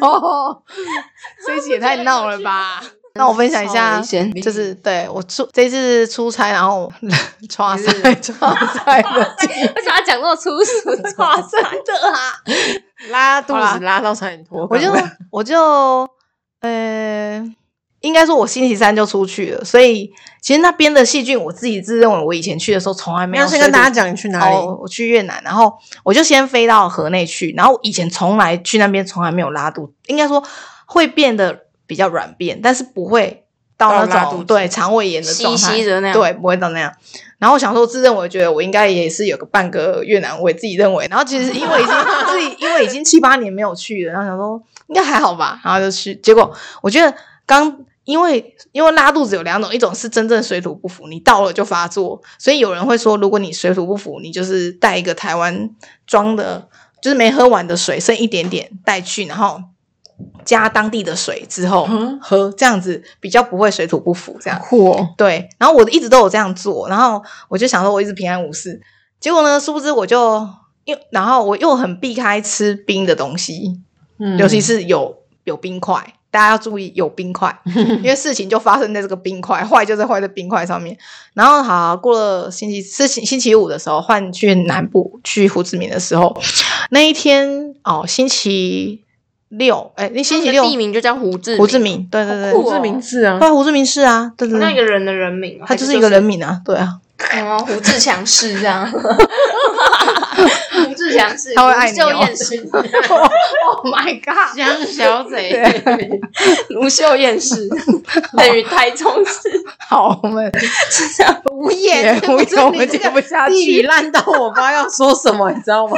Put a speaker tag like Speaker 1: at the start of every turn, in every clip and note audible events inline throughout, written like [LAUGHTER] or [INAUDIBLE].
Speaker 1: 哦，这一集也太闹了吧！那我分享一
Speaker 2: 超
Speaker 1: 下，
Speaker 2: 危险
Speaker 1: 就是对我出这一次出差，然后抓塞抓塞了，
Speaker 2: 为什么要讲那么粗俗？哇塞！
Speaker 1: 的啊！
Speaker 3: 拉肚
Speaker 1: 好啦
Speaker 3: 子拉到差点脱
Speaker 1: 我
Speaker 3: 肛
Speaker 1: 就
Speaker 3: 门
Speaker 1: 我就呃，应该说我星期三就出去了，所以其实那边的细菌我自己自认为我以前去的时候从来没
Speaker 3: 你
Speaker 1: 有。
Speaker 3: 要先跟大家讲你去哪里，
Speaker 1: 哦，我去越南，然后我就先飞到河内去，然后我以前从来去那边从来没有拉肚，应该说会变得比较软便，但是不会到
Speaker 3: 到
Speaker 1: 那
Speaker 3: 拉
Speaker 1: 种
Speaker 3: 肚子
Speaker 1: 对肠胃炎的状态
Speaker 2: 稀稀的那样
Speaker 1: 对，不会到那样。然后我想说，我自认为觉得我应该也是有个半个越南味，自己认为。然后其实因为已
Speaker 3: [LAUGHS]
Speaker 1: 经自己因为已经七八年没有去了，然后想说应该还好吧，然后就去。结果我觉得刚因为因为拉肚子有两种，一种是真正水土不服，你到了就发作，所以有人会说，如果你水土不服，你就是带一个台湾装的，就是没喝完的水剩一点点带去，然后。加当地的水之后、
Speaker 3: 嗯
Speaker 1: 喝，这样子比较不会水土不服。这样
Speaker 3: 酷哦，
Speaker 1: 对，然后我一直都有这样做，然后我就想说我一直平安无事，结果呢，殊不知我就又然后我又很避开吃冰的东西，
Speaker 3: 嗯
Speaker 1: 尤其是有有冰块，大家要注意有冰块，因为事情就发生在这个冰块，坏就在坏在冰块上面。然后好，过了星期是星星期五的时候换去南部去胡志明的时候，那一天哦，星期六，哎，那星期六
Speaker 2: 他们的地名就叫胡志
Speaker 1: 胡志明，对对
Speaker 2: 好
Speaker 1: 对，
Speaker 2: 酷
Speaker 3: 胡志明市啊，
Speaker 1: 对胡志明市啊，对对对，
Speaker 2: 那个人的人名哦，
Speaker 1: 他就是一个人名啊，对啊，
Speaker 2: 还是就是，哦，胡志强市这样，胡志强市，
Speaker 1: 他会爱你哦
Speaker 2: 卢秀燕市
Speaker 1: [LAUGHS] Oh my god！
Speaker 3: 江小贼，
Speaker 2: 卢秀燕市等于台中市，
Speaker 1: 好，我们
Speaker 3: 无言
Speaker 1: 无言我们
Speaker 3: 这
Speaker 1: 讲不
Speaker 3: 个
Speaker 1: 下
Speaker 3: 地
Speaker 1: 去
Speaker 3: 理烂到我不知道要说什 [LAUGHS] 么，你知道吗？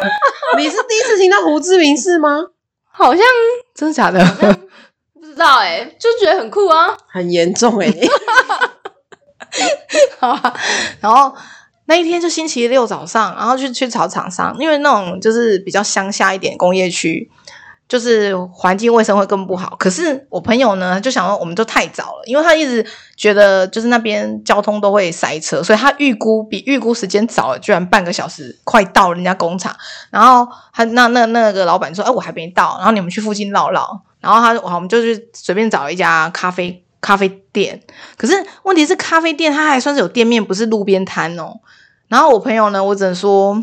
Speaker 3: 你是第一次听到胡志明市吗？
Speaker 2: 好像
Speaker 1: 真的假的？
Speaker 2: 不知道哎，就觉得很酷啊，
Speaker 3: 很严重 [LAUGHS] 哎、
Speaker 1: [LAUGHS] 好啊然后那一天就星期六早上，然后去去草场上，因为那种就是比较乡下一点工业区，就是环境卫生会更不好。可是我朋友呢就想说，我们都太早了，因为他一直觉得就是那边交通都会塞车，所以他预估比预估时间早了，居然半个小时快到人家工厂。然后他那那那个老板说：“哎，我还没到，然后你们去附近绕绕。”然后他好，我们就去随便找一家咖啡咖啡店。可是问题是，咖啡店它还算是有店面，不是路边摊哦。然后我朋友呢，我只能说，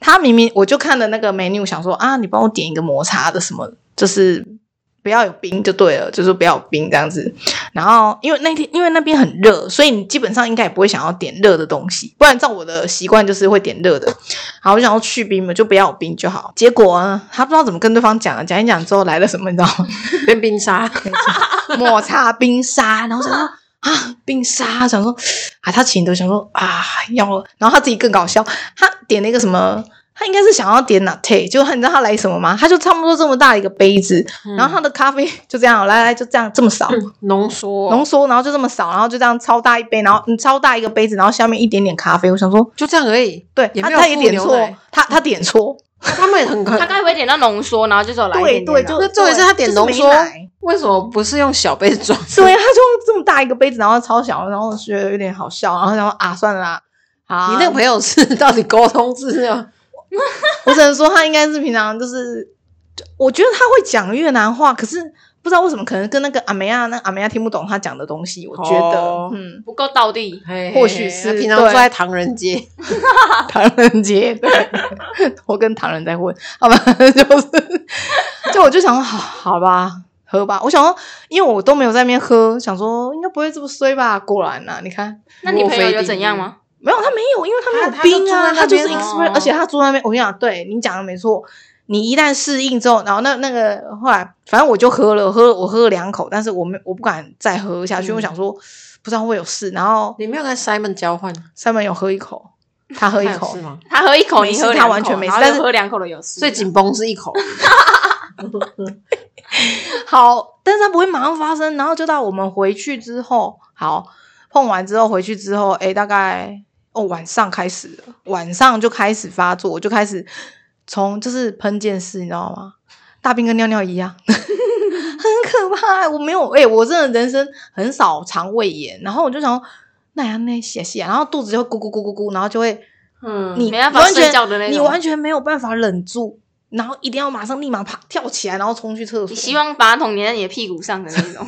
Speaker 1: 他明明我就看了那个 menu，想说啊，你帮我点一个抹茶的什么，就是不要有冰就对了，就是不要有冰这样子。然后因为那天因为那边很热，所以你基本上应该也不会想要点热的东西，不然照我的习惯就是会点热的。好，我就想要去冰嘛，就不要有冰就好。结果呢，他不知道怎么跟对方讲了，啊讲一讲之后来了什么，你知道吗？
Speaker 3: 变冰沙，
Speaker 1: 抹茶冰沙，然后想说啊，冰沙，想说啊，他请的想说啊，要了，然后他自己更搞笑，他点了一个什么。他应该是想要点 latte，结果你知道他来什么吗？他就差不多这么大一个杯子，然后他的咖啡就这样，来来就这样这么
Speaker 3: 嗯
Speaker 1: 少，
Speaker 3: 浓缩、
Speaker 1: 浓缩，然后就这么少，然后就这样超大一杯，然后嗯超大一个杯子，然后下面一点点咖啡。我想说，
Speaker 3: 就这样而已。
Speaker 1: 对，
Speaker 3: 也
Speaker 1: 他
Speaker 3: 没有
Speaker 1: 他也
Speaker 3: 附
Speaker 1: 点
Speaker 3: 牛
Speaker 1: 错
Speaker 3: 奶，
Speaker 1: 他他点错，
Speaker 3: [LAUGHS] 他们很
Speaker 2: 他
Speaker 3: 很，
Speaker 2: 该不会点到浓缩，然后就只有嗯来一
Speaker 1: 对
Speaker 2: 点啊
Speaker 1: 对，
Speaker 2: 点
Speaker 1: 就
Speaker 2: 吧，
Speaker 3: 那重点是他点浓缩
Speaker 1: 就是没奶
Speaker 3: 为什么不是用小杯子装？
Speaker 1: 对，他就这么大一个杯子，然后超小，然后我觉得有点好笑，然后想说啊，算了啦，好，
Speaker 3: 你那个朋友是到底沟通是要
Speaker 1: 我只能说他应该是平常就是，我觉得他会讲越南话，可是不知道为什么，可能跟那个阿梅亚那阿梅亚听不懂他讲的东西，我觉得，
Speaker 3: 哦
Speaker 1: 嗯，
Speaker 2: 不够到地，
Speaker 1: 或许是
Speaker 3: 他平常
Speaker 1: 对
Speaker 3: 住在唐人街，
Speaker 1: 唐人街，对， [LAUGHS] 我跟唐人在混，好吧， [LAUGHS] 就是，就我就想说，好，好吧，喝吧，我想说，因为我都没有在那边喝，想说应该不会这么衰吧，果然呐、你看。
Speaker 2: 那你朋友
Speaker 3: 莫非
Speaker 2: 有
Speaker 3: 第
Speaker 2: 怎
Speaker 3: 一
Speaker 2: 样吗？
Speaker 1: 没有，他没有，因为他没
Speaker 3: 他
Speaker 1: 有冰啊，
Speaker 3: 他
Speaker 1: 他
Speaker 3: 就
Speaker 1: 就
Speaker 3: 住在那
Speaker 1: 是
Speaker 3: 边
Speaker 1: express，、
Speaker 2: 哦
Speaker 1: 而且他住在那边。我跟你讲，对你讲的没错，你一旦适应之后，然后那那个后来，反正我就喝了，喝了我喝了两口，但是我没我不敢再喝下去，
Speaker 3: 嗯
Speaker 1: 我想说不知道会有事。然后
Speaker 3: 你没有跟 Simon 交换，
Speaker 1: 三门有喝一口，他喝一口
Speaker 3: 是，吗？
Speaker 2: 他喝一口，
Speaker 1: 没
Speaker 2: 你
Speaker 1: 事
Speaker 2: 喝
Speaker 1: 他
Speaker 2: 两
Speaker 1: 完
Speaker 2: 口
Speaker 1: 全没
Speaker 2: 然
Speaker 1: 事
Speaker 2: 后
Speaker 1: 但
Speaker 2: 又
Speaker 1: 是
Speaker 2: 喝两口的有事，
Speaker 3: 所以紧绷是一口，
Speaker 1: 好，但是他不会马上发生。然后就到我们回去之后，好碰完之后回去之后，哎，大概哦晚上开始了，晚上就开始发作，我就开始从就是喷溅式，你知道吗？大便跟尿尿一样，很可怕、我没有，哎、我真的人生很少肠胃炎，然后我就想说，那呀那写写，然后肚子就会咕咕咕咕咕，然后就会
Speaker 2: 嗯
Speaker 1: 你
Speaker 2: 没办法
Speaker 1: 完全
Speaker 2: 睡觉的那种，
Speaker 1: 你完全没有办法忍住，然后一定要马上立马爬跳起来，然后冲去厕所。
Speaker 2: 你希
Speaker 1: [LAUGHS]
Speaker 2: 望把桶粘在你的屁股上的那种，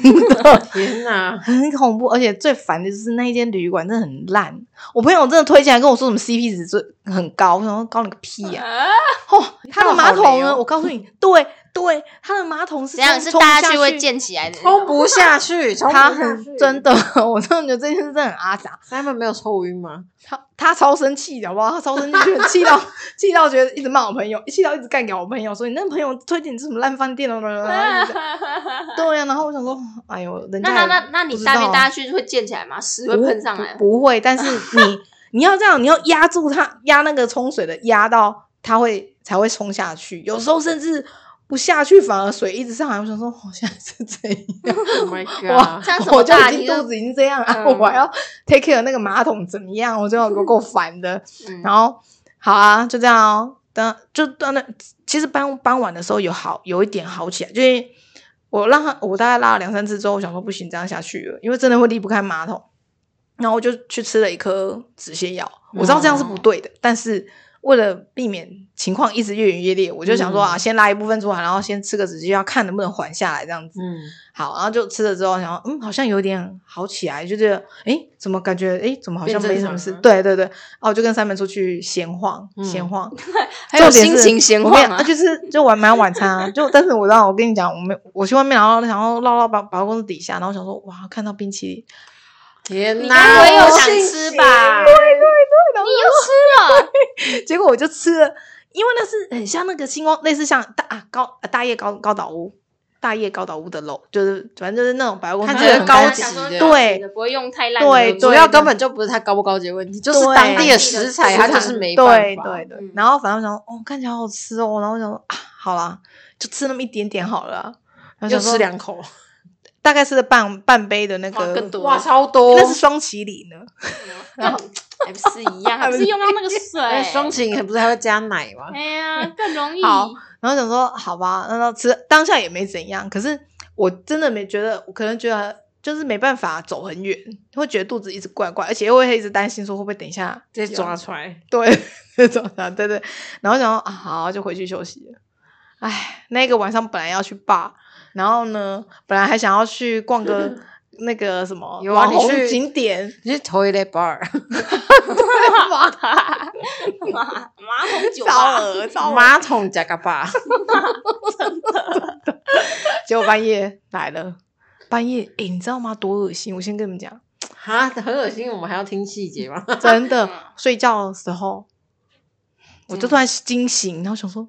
Speaker 3: 天哪！
Speaker 1: 很恐怖，而且最烦的就是那一间旅馆真的很烂。我朋友真的推荐来跟我说什么 CP 值最很高，我想说高你个屁
Speaker 2: [LAUGHS]
Speaker 1: 呀、
Speaker 2: 啊
Speaker 1: 哦，他的马
Speaker 2: 好
Speaker 1: 桶
Speaker 2: 雷
Speaker 1: 呢？
Speaker 2: 哦
Speaker 1: 我告诉你，对对，他的马桶是
Speaker 2: 这样
Speaker 1: 真
Speaker 2: 是
Speaker 1: 的冲不
Speaker 2: 大
Speaker 1: 下
Speaker 2: 家
Speaker 1: 去
Speaker 2: 去会溅起来的那种。
Speaker 3: 冲不下去，冲不
Speaker 1: 他
Speaker 3: 下去
Speaker 1: 很。真的，我真的觉得这件事真的很阿杂。
Speaker 3: ，Simon 没有抽晕吗？
Speaker 1: 他他超生气的，好不好？他超生气，觉得气
Speaker 2: [LAUGHS]
Speaker 1: 到气到觉得一直骂我朋友，气到一直干掉我朋友，说你那个朋友推荐你是什么烂饭店了。
Speaker 2: [LAUGHS]
Speaker 1: 对呀、然后我想说，哎呦，人家也
Speaker 2: 那那那那
Speaker 1: 啊不
Speaker 2: 你
Speaker 1: 知
Speaker 2: 大便
Speaker 1: 道啊
Speaker 2: 大家去会溅起来吗？屎会
Speaker 1: 不
Speaker 2: 喷上 [LAUGHS] 来吗？
Speaker 1: 不不会，但是你
Speaker 2: [LAUGHS]
Speaker 1: 你要这样，你要压住它，压那个冲水的，压到它会才会冲下去。有时候甚至不下去，反而水一直上来。我想说，我、现在是这样，
Speaker 3: Oh my
Speaker 1: 哇
Speaker 3: god！
Speaker 2: 这样怎
Speaker 1: 我
Speaker 2: 啊么
Speaker 1: 就
Speaker 2: 办？
Speaker 1: 已
Speaker 2: 你
Speaker 1: 经
Speaker 2: 就
Speaker 1: 肚子已经这样了，[LAUGHS]
Speaker 2: 嗯
Speaker 1: 我还要 take care 那个马桶怎么样？我就
Speaker 2: [LAUGHS]
Speaker 1: 要够够烦的。
Speaker 2: 嗯
Speaker 1: 然后好啊，就这样哦。等就到那，其实傍傍晚的时候有好有一点好起来，就是我让他我大概拉了两三次之后，我想说不行，这样下去了，因为真的会离不开马桶。然后我就去吃了一颗止泻药，我知道这样是不对的，但是为了避免情况一直越演越烈，我就想说啊，先拉一部分出来，然后先吃个止泻药，看能不能缓下来这样子。
Speaker 3: 嗯，
Speaker 1: 好，然后就吃了之后，想说，嗯，好像有点好起来，就觉得，诶，怎么感觉，诶，怎么好像
Speaker 3: 变正
Speaker 1: 没什么事？
Speaker 3: 常了
Speaker 1: 对对对，哦，我就跟三门出去闲晃，闲
Speaker 3: 嗯
Speaker 1: 晃，
Speaker 2: 还有
Speaker 1: 重点
Speaker 2: 心
Speaker 1: 是
Speaker 2: 情闲
Speaker 1: 我没有
Speaker 2: 晃啊
Speaker 1: 就是就晚买晚餐啊，就但是我知道，我跟你讲，我没我去外面，然后然后绕到百百货公司底下，然后想说，哇，看到冰淇淋，
Speaker 3: 天
Speaker 2: 你
Speaker 3: 哪！
Speaker 2: 该不会又
Speaker 3: 我
Speaker 2: 想
Speaker 3: 信
Speaker 2: 吃吧？
Speaker 3: 邪
Speaker 2: 你又吃了，
Speaker 1: 结果我就吃了，因为那是很像那个星光，类似像大啊高啊大叶高高岛屋，大叶高岛屋的楼，就是反正就是那种百货公司
Speaker 3: 看
Speaker 1: 它
Speaker 3: 起
Speaker 1: 很
Speaker 3: 来很
Speaker 1: 高
Speaker 3: 高
Speaker 1: 级
Speaker 3: 级，的
Speaker 1: 对
Speaker 2: 不会用太烂的
Speaker 1: 对
Speaker 2: 东西，
Speaker 3: 主要根本就不是它高不高级的问题，就是
Speaker 1: 对
Speaker 3: 当地的食材，它
Speaker 1: 当地
Speaker 3: 就
Speaker 1: 的
Speaker 3: 是没办
Speaker 1: 对
Speaker 3: 法。
Speaker 1: 对对
Speaker 2: 嗯。
Speaker 1: 然后反正我想说，哦，看起来好好吃哦，然后我想说啊，好啦，就吃那么一点点好了啊，然后
Speaker 3: 就
Speaker 1: 想说
Speaker 3: 吃两口，
Speaker 1: 大概吃了半半杯的那
Speaker 2: 哇
Speaker 1: 个，
Speaker 2: 更多
Speaker 3: 哇，超多！
Speaker 1: 那是双麒麟呢。
Speaker 2: 然后
Speaker 1: [LAUGHS]
Speaker 2: 还不是一样，还不是用到那个
Speaker 3: 哎
Speaker 2: 水，
Speaker 3: 双擎还不是还会加奶吗？
Speaker 2: 哎呀，更容易。 [LAUGHS]
Speaker 1: 好然后想说，好吧，那那吃当下也没怎样，可是我真的没觉得，我可能觉得就是没办法走很远，会觉得肚子一直怪怪，而且又会一直担心说会不会等一下
Speaker 3: 直接抓出来，
Speaker 1: 对，那种的，对对。然后想说啊，好，就回去休息了。哎，那个晚上本来要去 bar，然后呢，本来还想要去逛 [LAUGHS] 个那个什么
Speaker 3: 有啊
Speaker 1: 网
Speaker 3: 你
Speaker 1: 红
Speaker 3: 去
Speaker 1: 景点，
Speaker 3: 你是 toilet bar
Speaker 2: 马马马桶酒
Speaker 1: 超
Speaker 2: 吧，
Speaker 1: 恶超恶
Speaker 3: 马桶加个 bar，
Speaker 1: 结果半夜来了，半夜哎、你知道吗？多恶心！我先跟你们讲，
Speaker 3: 哈，很恶心，我们还要听细节 [LAUGHS] 吗？
Speaker 1: 真 [LAUGHS] 的
Speaker 2: 嗯，
Speaker 1: 睡觉的时候，我就
Speaker 2: 嗯
Speaker 1: 突然惊醒，然后想说，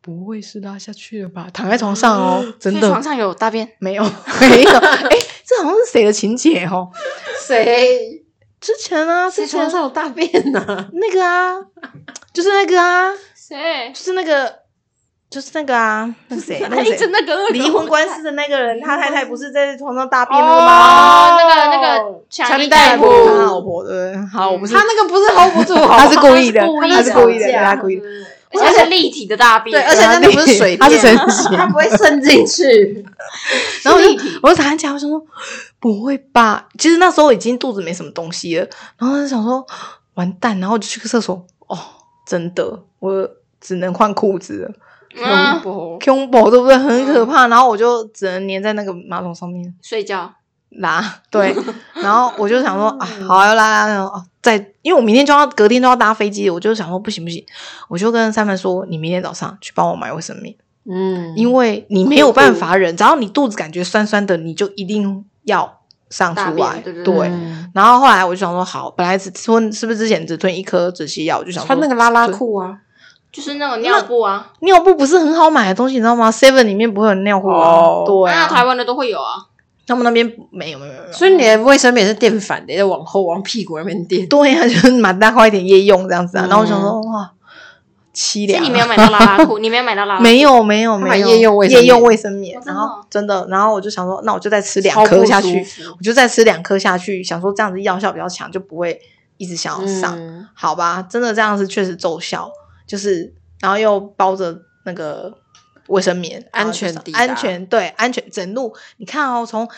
Speaker 1: 不会是拉下去了吧？躺在床上哦，真的
Speaker 2: 床上有大便，
Speaker 1: 没有没有， [LAUGHS] 哎、这好像是谁的情节哦？
Speaker 3: 谁
Speaker 1: 之前啊，之
Speaker 3: 谁
Speaker 1: 前
Speaker 3: 床上有大便呢？
Speaker 1: 那个啊，就是那个啊，
Speaker 2: 谁
Speaker 1: 就？是那个，就是那个啊，那个谁，那个
Speaker 2: 一直
Speaker 1: 谁。
Speaker 2: 那个
Speaker 1: 离婚官司的那个人，他太太不是在床上大便那个吗？
Speaker 2: 哦，那个那个强
Speaker 3: 力
Speaker 2: 力逮
Speaker 3: 逮捕
Speaker 2: 捕，
Speaker 1: 他老婆对，好，我不是
Speaker 3: 他那个不是 hold 不住，好
Speaker 1: [LAUGHS] 他
Speaker 3: 不
Speaker 1: 是
Speaker 3: 好
Speaker 1: 故意的，
Speaker 2: 他
Speaker 1: 他
Speaker 2: 是
Speaker 1: 是
Speaker 2: 故
Speaker 1: 故
Speaker 2: 意
Speaker 1: 意
Speaker 2: 的
Speaker 1: 的，他故意。
Speaker 2: 而且是立体的大便，
Speaker 3: 对，而且那个不是水
Speaker 1: 他
Speaker 3: 便，
Speaker 1: 是水
Speaker 3: [LAUGHS]
Speaker 1: 便
Speaker 3: 它不会渗进去。
Speaker 1: [LAUGHS] 然后我
Speaker 2: 立
Speaker 1: 就
Speaker 2: 体
Speaker 1: 我就弹起来，我想说不会吧？其实那时候已经肚子没什么东西了，然后就想说完蛋，然后我就去个厕所。哦，真的，我只能换裤子了
Speaker 2: [LAUGHS] 嗯，
Speaker 3: 不，
Speaker 1: ，combo 对不对？很可怕。然后我就只能粘在那个马桶上面
Speaker 2: 睡觉，
Speaker 1: 拉， [LAUGHS] 对。然后我就想说
Speaker 2: 嗯
Speaker 1: 啊，好啊，要拉拉拉哦，再因为我明天就要隔天就要搭飞机，我就想说不行不行，我就跟三凡说，你明天早上去帮我买卫生棉。
Speaker 3: 嗯，
Speaker 1: 因为你没有办法
Speaker 2: [LAUGHS]
Speaker 1: 忍，只要你肚子感觉酸酸的，你就一定要上出
Speaker 2: 大
Speaker 1: 来。
Speaker 2: 便对对
Speaker 1: 对
Speaker 3: 嗯
Speaker 1: 然后后来我就想说，好，本来只吞是不是之前只吞一颗止泻药，我就想说
Speaker 3: 穿那个拉拉裤啊，
Speaker 2: 就是那种尿布啊，
Speaker 1: 尿布不是很好买的东西，你知道吗？Seven 里面不会有尿布啊，
Speaker 3: 哦
Speaker 1: 对
Speaker 2: 那台
Speaker 1: 啊，
Speaker 2: 湾的都会有啊，
Speaker 1: 他们那边没有没有没有没有，
Speaker 3: 所以你的卫生棉是垫反的，要往后往屁股那边垫。
Speaker 1: 对呀、就是买大块一点夜用这样子啊。
Speaker 3: 嗯
Speaker 1: 然后我想说，哇，凄
Speaker 2: 是
Speaker 1: 凉啊、
Speaker 2: 你没有买到拉拉 [LAUGHS] 裤，你没有买到拉拉，
Speaker 1: 没有没有
Speaker 3: 他买
Speaker 1: 没有
Speaker 3: 夜用卫生
Speaker 1: 夜
Speaker 3: 棉
Speaker 1: 用卫生棉
Speaker 2: 哦，真
Speaker 1: 然
Speaker 2: 的哦
Speaker 1: 后真的，然后我就想说，那我就再吃两
Speaker 3: 超
Speaker 1: 颗
Speaker 3: 不
Speaker 1: 下
Speaker 3: 舒
Speaker 1: 去，
Speaker 3: 服
Speaker 1: 我就再吃两颗下去，想说这样子药效比较强，就不会一直想要上，
Speaker 3: 嗯
Speaker 1: 好吧？真的这样是确实奏效，就是然后又包着那个卫生棉，然后就
Speaker 3: 安全
Speaker 1: 上
Speaker 3: 抵达
Speaker 1: 安全对安全整路，你看哦，从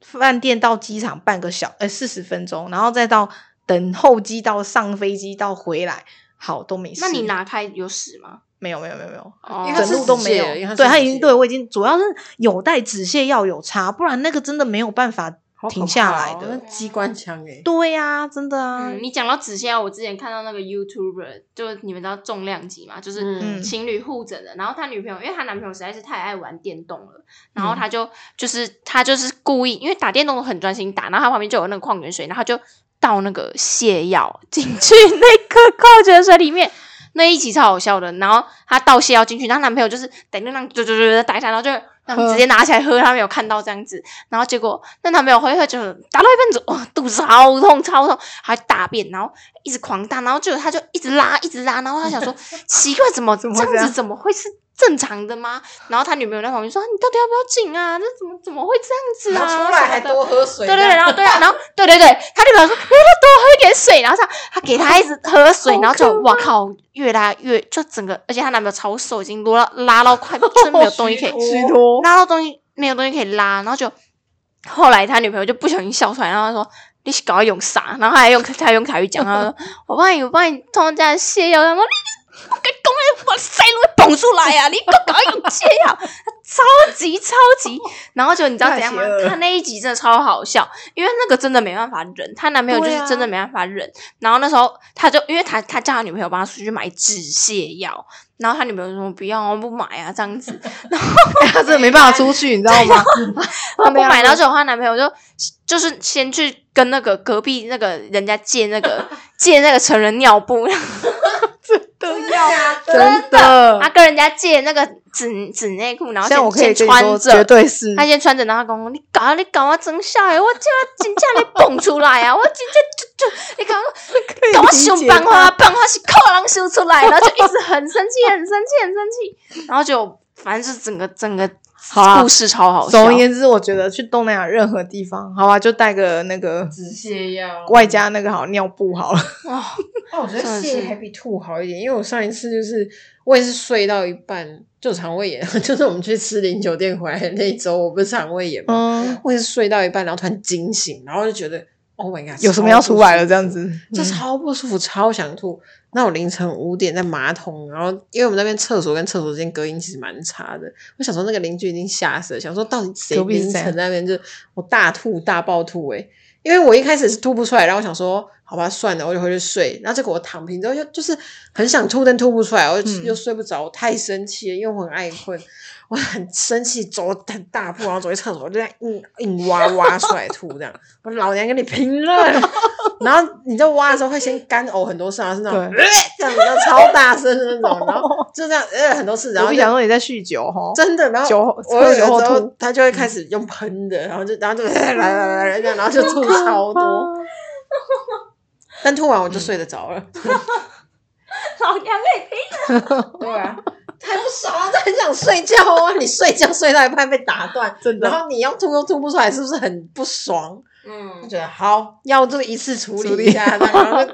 Speaker 1: 饭店到机场半个小呃四十分钟，然后再到等候机到上飞机到回来，好都没事。
Speaker 2: 那你拿开有屎吗？
Speaker 1: 没有没有没有没有，
Speaker 3: 哦
Speaker 2: 因为它是
Speaker 1: 整路都没有
Speaker 3: 因为它是。
Speaker 1: 对，
Speaker 3: 止
Speaker 1: 它
Speaker 3: 泻
Speaker 1: 已经对我已经主要是有带止泻药有差，不然那个真的没有办法。
Speaker 3: 好可
Speaker 1: 停下
Speaker 3: 怕
Speaker 1: 来
Speaker 3: 哦
Speaker 1: 的
Speaker 3: 那机关枪哎，
Speaker 1: 对呀、真的啊，
Speaker 2: 嗯，你讲到止泻药，我之前看到那个 YouTuber，就你们知道重量级嘛，就是
Speaker 1: 嗯
Speaker 2: 情侣互整的。然后他女朋友，因为他男朋友实在是太爱玩电动了，然后他就、就是他就是故意，因为打电动很专心打，然后他旁边就有那个矿泉水，然后他就倒那个泻药进去那个矿泉水里面。那一集超好笑的，然后她倒泻药进去，然后男朋友就是等那让就就就打一下，然后就让
Speaker 3: 喝
Speaker 2: 直接拿起来喝，他没有看到这样子，然后结果那男朋友喝一喝就打到一半，哇，肚子好痛超痛，还大便，然后一直狂大，然后就他就一直拉一直拉，然后
Speaker 1: [LAUGHS]
Speaker 2: 他想说奇怪，怎么这
Speaker 1: 么会这
Speaker 2: 样
Speaker 1: 样
Speaker 2: 子怎么会是正常的吗？然后他女朋友在旁边说，你到底要不要紧啊？这怎么怎么会这样子啊？什么的
Speaker 3: 喝水
Speaker 2: 对对对，然后对啊，然后对对对，他就想说，哎，要多喝一点水，然后这样，他给他一直喝水，然后就哇靠，越拉越就整个，而且她男朋友超瘦，已经拉到拉
Speaker 1: [LAUGHS]
Speaker 2: 到快真的没有东西可以
Speaker 3: 虚 [LAUGHS] 脱，
Speaker 2: 拉到东西，没有东西可以拉，然后就后来他女朋友就不小心笑出来，然后他说。你是搞用啥？然后他还用他还用台语
Speaker 3: [LAUGHS]
Speaker 2: 讲，他说：“我帮你，我帮你通家泻药。”然后你我跟公安把塞路蹦出来啊！你搞搞用泻药，超级超级。然后就你知道怎样吗
Speaker 3: 太邪恶？了
Speaker 2: 他那一集真的超好笑，因为那个真的没办法忍，她男朋友就
Speaker 1: 对
Speaker 2: 是
Speaker 1: 啊
Speaker 2: 真的没办法忍。然后那时候他就因为他他叫他女朋友帮他出去买止泻药，然后他女朋友说不要，我不买啊这样子。
Speaker 1: 他真的没办法出去，你知道吗？
Speaker 2: 她不买，
Speaker 1: 到
Speaker 2: 然后就她男朋友就就是先去跟那个隔壁那个人家借
Speaker 1: [LAUGHS]
Speaker 2: 那个借那个成人尿布，
Speaker 3: 真的假的啊
Speaker 1: 真的
Speaker 2: 他，跟人家借那个纸纸内裤，然后
Speaker 1: 嗯现在我
Speaker 2: 先
Speaker 1: 可以
Speaker 2: 先
Speaker 1: 跟你说，
Speaker 2: 穿
Speaker 1: 绝
Speaker 2: 着。
Speaker 1: 对是
Speaker 2: 他先穿着，然后跟我说你搞啊，你搞啊，真下来，我叫他真正你蹦出来啊！我真正就就你搞
Speaker 1: 以
Speaker 2: 我搞我啊想
Speaker 1: 理解
Speaker 2: 办
Speaker 1: 他
Speaker 2: 法，办法是扣人修出来，然后就一直很生气，很生气，很生气，然后就反正就整个整个
Speaker 1: 好啊
Speaker 2: 故事超好
Speaker 1: 总
Speaker 2: 笑
Speaker 1: 而。
Speaker 2: [LAUGHS]
Speaker 1: 言之，我觉得去东南亚任何地方，好吧，就带个那个
Speaker 3: 止泻 [LAUGHS] 药
Speaker 1: 外加那个好尿布好了。
Speaker 2: 哇
Speaker 3: 哦，我觉得
Speaker 2: 真的是
Speaker 3: 泻还比吐好一点，因为我上一次就是我也是睡到一半就肠胃炎， [LAUGHS] 就是我们去吃零酒店回来的那一周，我不是肠胃炎吗？
Speaker 1: 嗯，
Speaker 3: 我也是睡到一半，然后突然惊醒，然后就觉得 Oh my god，
Speaker 1: 有什么要出来了
Speaker 3: 超不舒服
Speaker 1: 这样子？
Speaker 3: 就
Speaker 1: 嗯
Speaker 3: 超不舒服，超想吐。那我凌晨五点在马桶，然后因为我们那边厕所跟厕所之间隔音其实蛮差的，我想说那个邻居已经吓死了，想说到底谁
Speaker 1: 隔壁是
Speaker 3: 凌
Speaker 1: 谁啊
Speaker 3: 晨那边就我大吐大爆吐诶、因为我一开始是吐不出来，然后我想说好吧算了，我就回去睡。然后结果我躺平之后就就是很想吐，但吐不出来，我就、
Speaker 1: 嗯
Speaker 3: 又睡不着，我太生气了，因为我很爱困，我很生气，走很大步，然后走去厕所，我就在硬硬挖挖出来吐这样。我老娘跟你拼了！ [LAUGHS] 然后你在挖的时候会先干呕很多次，然后是那种、
Speaker 1: 对
Speaker 3: 呃、这样，然后超大声的那
Speaker 1: [LAUGHS]
Speaker 3: 种，然后就这样呃很多次，然
Speaker 1: 我
Speaker 3: 后
Speaker 1: 不
Speaker 3: 就
Speaker 1: 想说你在酗酒哈，
Speaker 3: 真的，然后
Speaker 1: 酒后
Speaker 3: 我有
Speaker 1: 喝酒
Speaker 3: 的
Speaker 1: 后
Speaker 3: 时候
Speaker 1: 吐，
Speaker 3: 他就会开始用喷的，然后就然后就呃来来来来这样，然后就吐超
Speaker 1: 啊
Speaker 3: [LAUGHS] 多，但吐完我就睡得着了。
Speaker 2: 老娘可以
Speaker 1: [LAUGHS]
Speaker 3: 对啊，太不爽了，很想睡觉啊！你睡觉睡到一半被打断，
Speaker 1: 真的
Speaker 3: 然后你要吐又吐不出来，是不是很不爽？
Speaker 2: 嗯
Speaker 3: 就觉得好，要这个一次处理一下，这样然后就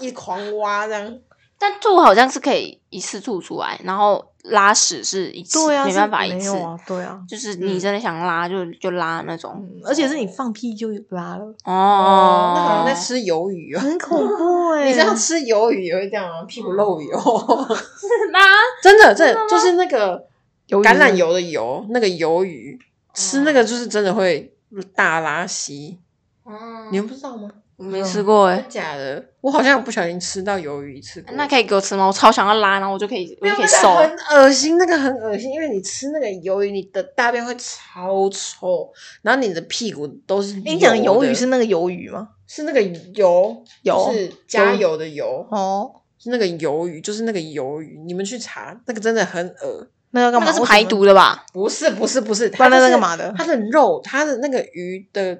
Speaker 3: 一狂挖这样。
Speaker 2: 但吐好像是可以一次吐出来，然后拉屎是一次，
Speaker 1: 对啊，
Speaker 2: 没
Speaker 1: 是
Speaker 2: 办法一
Speaker 1: 没
Speaker 2: 次，
Speaker 1: 有啊，对啊，
Speaker 2: 就是你真的想拉就就拉那种。
Speaker 1: 嗯而且是你放屁就拉 [LAUGHS] 了，
Speaker 2: 哦，
Speaker 3: 那好像在吃鱿鱼哦。
Speaker 1: 很恐怖哎
Speaker 3: [LAUGHS] 你知道吃鱿鱼也会这样吗？屁股漏油，
Speaker 2: 吗？
Speaker 3: [LAUGHS] 真的，这就是那个
Speaker 1: 鱿鱼
Speaker 3: 橄榄油的油，那个鱿鱼吃那个就是真的会大拉稀，你
Speaker 2: 嗯，
Speaker 3: 们不知道吗？
Speaker 2: 我没吃过哎
Speaker 3: 真，假的？我好像有不小心吃到鱿鱼一次过，
Speaker 2: 那可以给我吃吗？我超想要拉，然后我就可以，我
Speaker 3: 没
Speaker 2: 就
Speaker 3: 有
Speaker 2: 可
Speaker 3: 那
Speaker 2: 以
Speaker 3: 个
Speaker 2: 瘦。
Speaker 3: 很恶心，那个很恶心，因为你吃那个鱿鱼，你的大便会超臭，然后你的屁股都是油的。
Speaker 1: 你讲鱿鱼是那个鱿鱼吗？
Speaker 3: 是那个油，
Speaker 1: 油
Speaker 3: 就是加油的油，
Speaker 1: 哦，
Speaker 3: 是那个鱿鱼，就是那个鱿鱼。你们去查，那个真的很恶。
Speaker 1: 那要干嘛？
Speaker 2: 那个是
Speaker 1: 为什么
Speaker 2: 排，毒的吧？
Speaker 3: 不是不是不是，
Speaker 1: 不然那
Speaker 3: 它就是
Speaker 1: 干嘛的
Speaker 3: 它的肉，它的那个鱼的，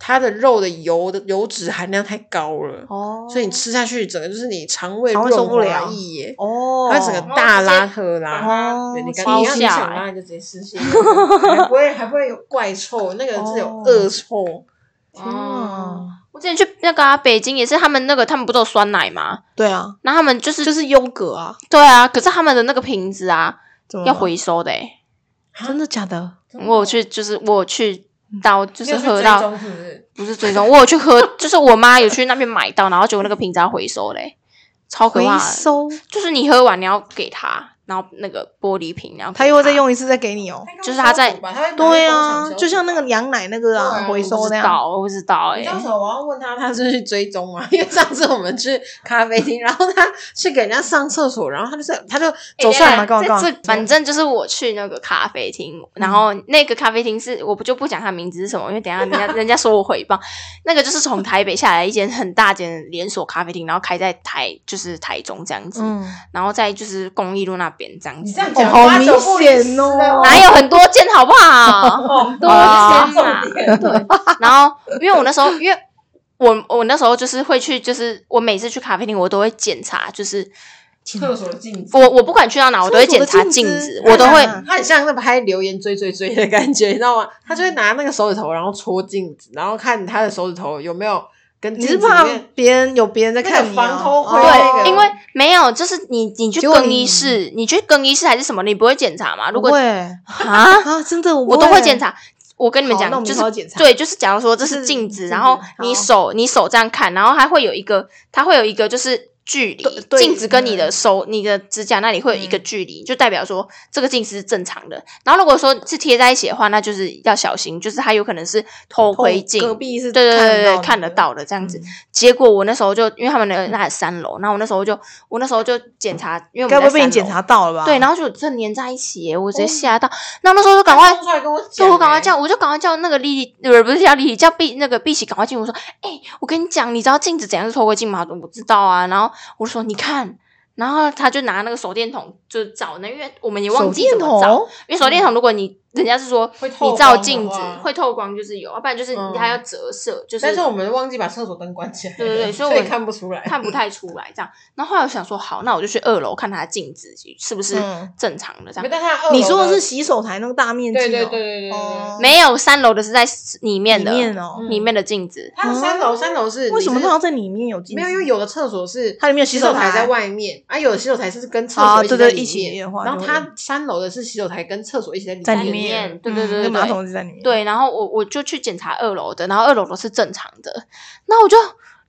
Speaker 3: 它的肉的油的油脂含量太高了，
Speaker 1: 哦，
Speaker 3: 所以你吃下去，整个就是你肠胃
Speaker 1: 肠胃
Speaker 3: 润
Speaker 1: 受不
Speaker 3: 滑
Speaker 1: 了
Speaker 3: 液耶。
Speaker 1: 哦，
Speaker 3: 它整个大拉
Speaker 2: 把
Speaker 3: 特拉，
Speaker 2: 它
Speaker 1: 哦
Speaker 3: 对，你看
Speaker 2: 吃
Speaker 3: 你
Speaker 2: 一
Speaker 3: 要你
Speaker 2: 下
Speaker 3: 想拉你就直接吃下，还不会还不会有怪臭，那个是有恶臭，
Speaker 1: 天啊，
Speaker 2: 我之前去那个啊，北京也是，他们那个他们不都有酸奶吗？
Speaker 1: 对啊，
Speaker 2: 那他们就是
Speaker 1: 就是优格啊，
Speaker 2: 对啊，可是他们的那个瓶子啊，
Speaker 1: 怎么了啊
Speaker 2: 要回收的哎。
Speaker 1: 真的假的？
Speaker 2: 我有去，就是我有去到，就是
Speaker 3: 你有去
Speaker 2: 喝
Speaker 3: 追
Speaker 2: 到
Speaker 3: 踪是不是？
Speaker 2: [LAUGHS] 不是追踪，我有去喝，就是我妈有去那边买到，然后结果那个瓶子要回收嘞、超可
Speaker 1: 回
Speaker 2: 怕的。
Speaker 1: 收，
Speaker 2: 就是你喝完你要给他，然后那个玻璃瓶，然后
Speaker 1: 他又会再，用一次再给你哦。
Speaker 2: 就是他在
Speaker 1: 对啊，就像那个羊奶那个
Speaker 3: 对
Speaker 1: 啊，
Speaker 3: 啊
Speaker 1: 回
Speaker 2: 我
Speaker 1: 收
Speaker 2: 不
Speaker 1: 那
Speaker 2: 知
Speaker 1: 样。
Speaker 2: 道，我不知道哎、
Speaker 3: 你知道为什么我要问他，他是去追踪啊 [LAUGHS] 吗？因为上次我们去咖啡厅，然后他去给人家上厕所，然后他就在他就
Speaker 1: 走上来
Speaker 2: 哎
Speaker 1: 告诉
Speaker 2: 在
Speaker 1: 告诉嗯
Speaker 2: 这反正就是我去那个咖啡厅，然后那个咖啡厅是我不就不讲它名字是什么，因为等一下
Speaker 1: [LAUGHS]
Speaker 2: 人家人家说我诽谤。那个就是从台北下来一间很大间的连锁咖啡厅，然后开在台就是台中这样子，
Speaker 1: 嗯，
Speaker 2: 然后在就是公益路那边这样
Speaker 3: 你
Speaker 2: 子
Speaker 3: 这。样
Speaker 1: 哦
Speaker 3: 讲，
Speaker 1: 好
Speaker 3: 八
Speaker 1: 明
Speaker 3: 九不离
Speaker 1: 显
Speaker 3: 十
Speaker 1: 哦
Speaker 3: 啊
Speaker 2: 哪有很多间好不好？
Speaker 3: 哦，
Speaker 2: 多
Speaker 3: 哦
Speaker 2: 间嘛
Speaker 3: 重点
Speaker 2: 然后因为我那时候，因为我我那时候就是会去，就是我每次去咖啡厅，我都会检查，就是
Speaker 3: 厕所的镜子。
Speaker 2: 我我不管去到哪，我都会检查镜子，我都会。
Speaker 1: 啊
Speaker 3: 他很像在拍留言追追追的感觉，你知道吗？他就会拿那个手指头，然后戳镜子，然后看他的手指头有没有跟
Speaker 1: 你
Speaker 3: 镜
Speaker 1: 是
Speaker 3: 子
Speaker 1: 怕
Speaker 3: 里面
Speaker 1: 别人有别人在看你
Speaker 3: 那个
Speaker 1: 啊？
Speaker 3: 防偷窥
Speaker 1: 哦
Speaker 3: 那
Speaker 2: 对，
Speaker 3: 个
Speaker 2: 因为没有，就是你你去
Speaker 1: 结果
Speaker 2: 更
Speaker 1: 你
Speaker 2: 衣室，你去更衣室还是什么，你不会检查吗？如
Speaker 1: 不
Speaker 2: 果
Speaker 1: 会
Speaker 2: 啊，
Speaker 1: 啊，真的
Speaker 2: 我
Speaker 1: [LAUGHS] 我
Speaker 2: 都会检
Speaker 1: 查。
Speaker 2: 查。我跟你们
Speaker 1: 好那我
Speaker 2: 讲，
Speaker 1: 们
Speaker 2: 就
Speaker 1: 以后
Speaker 2: 是
Speaker 1: 检查
Speaker 2: 对，就是假如说这
Speaker 1: 就是
Speaker 2: 是镜子，
Speaker 1: 镜
Speaker 2: 然后
Speaker 1: 子好
Speaker 2: 你手你手这样看，然后还会有一个，它会有一个就是距
Speaker 1: 对
Speaker 2: 离，
Speaker 1: 对嗯
Speaker 2: 镜子跟你的手、你的指甲那里会有一个距离，就代表说这个镜子是正常的。然后如果说是贴在一起的话，那就是要小心，就是它有可能是偷窥镜，
Speaker 1: 哦隔壁是
Speaker 2: 对对对对，看
Speaker 1: 看
Speaker 2: 得
Speaker 1: 得
Speaker 2: 到
Speaker 1: 到嗯
Speaker 2: 的这
Speaker 1: 这
Speaker 2: 样子。结果我那时候就因为他们的那三楼，然后我那时候就我那时候就检查，因为我们
Speaker 1: 该不会
Speaker 2: 在
Speaker 1: 被你
Speaker 2: 三
Speaker 1: 检
Speaker 2: 楼
Speaker 1: 查到了吧？哦
Speaker 2: 对，然后就真的粘在一起耶，我直接吓到。那、那时候就赶快
Speaker 3: 冲出来跟我
Speaker 2: 所
Speaker 3: 讲、
Speaker 2: 以
Speaker 3: 欸，
Speaker 2: 我赶快叫，我就赶快叫那个丽丽，呃，不是叫丽丽，叫碧那个碧玺，赶快进屋说，哎、我跟你讲，你知道镜子怎样是透过镜吗？我知道啊。然后我就说，你看，然后他就拿那个手电筒就照，那因为我们也忘
Speaker 1: 手
Speaker 2: 记
Speaker 1: 电
Speaker 2: 怎么照，
Speaker 1: 筒
Speaker 2: 因为手电筒如果你人家是说
Speaker 3: 嗯会透
Speaker 2: 你照
Speaker 3: 光的
Speaker 2: 镜子
Speaker 3: 话
Speaker 2: 会透光，就是有，啊要不然就是
Speaker 3: 嗯
Speaker 2: 它要折射，就是
Speaker 3: 但是我们忘记把厕所灯关起来，
Speaker 2: 对对对所
Speaker 3: 所
Speaker 2: 以我们
Speaker 3: 看不出来，
Speaker 2: 看不太出来这样。然后后来我想说，好，那我就去二楼看他的镜子是不是
Speaker 1: 嗯
Speaker 2: 正常的这样
Speaker 3: 没。但他二楼
Speaker 1: 你说的是洗手台那个大面积哦？
Speaker 3: 对对对对对对
Speaker 1: 哦
Speaker 3: 对，
Speaker 2: 没有，三楼的是在里面
Speaker 1: 里
Speaker 2: 的嗯
Speaker 1: 面哦，
Speaker 2: 里面的镜子，
Speaker 3: 他三楼三楼是
Speaker 1: 为什么
Speaker 3: 你
Speaker 1: 它
Speaker 3: 是
Speaker 1: 要在里面有镜子？
Speaker 3: 没有？因为有的厕所是
Speaker 1: 它里面有洗
Speaker 3: 洗
Speaker 1: 手
Speaker 3: 手
Speaker 1: 台
Speaker 3: 台在外面，啊，有的洗手台是跟厕
Speaker 1: 啊
Speaker 3: 所
Speaker 1: 对
Speaker 3: 在
Speaker 1: 对
Speaker 3: 里
Speaker 1: 一起
Speaker 3: 面
Speaker 1: 的话
Speaker 3: 然后
Speaker 1: 就
Speaker 3: 他三楼的是洗手台跟厕所一起在
Speaker 1: 在里
Speaker 2: 里面，
Speaker 1: 面，
Speaker 2: 对对对
Speaker 1: 那
Speaker 2: 对
Speaker 1: 马
Speaker 2: 对。
Speaker 1: 桶就在里面。，
Speaker 2: 对，然后我我就去检查二楼的，然后二楼的是正常的，那我就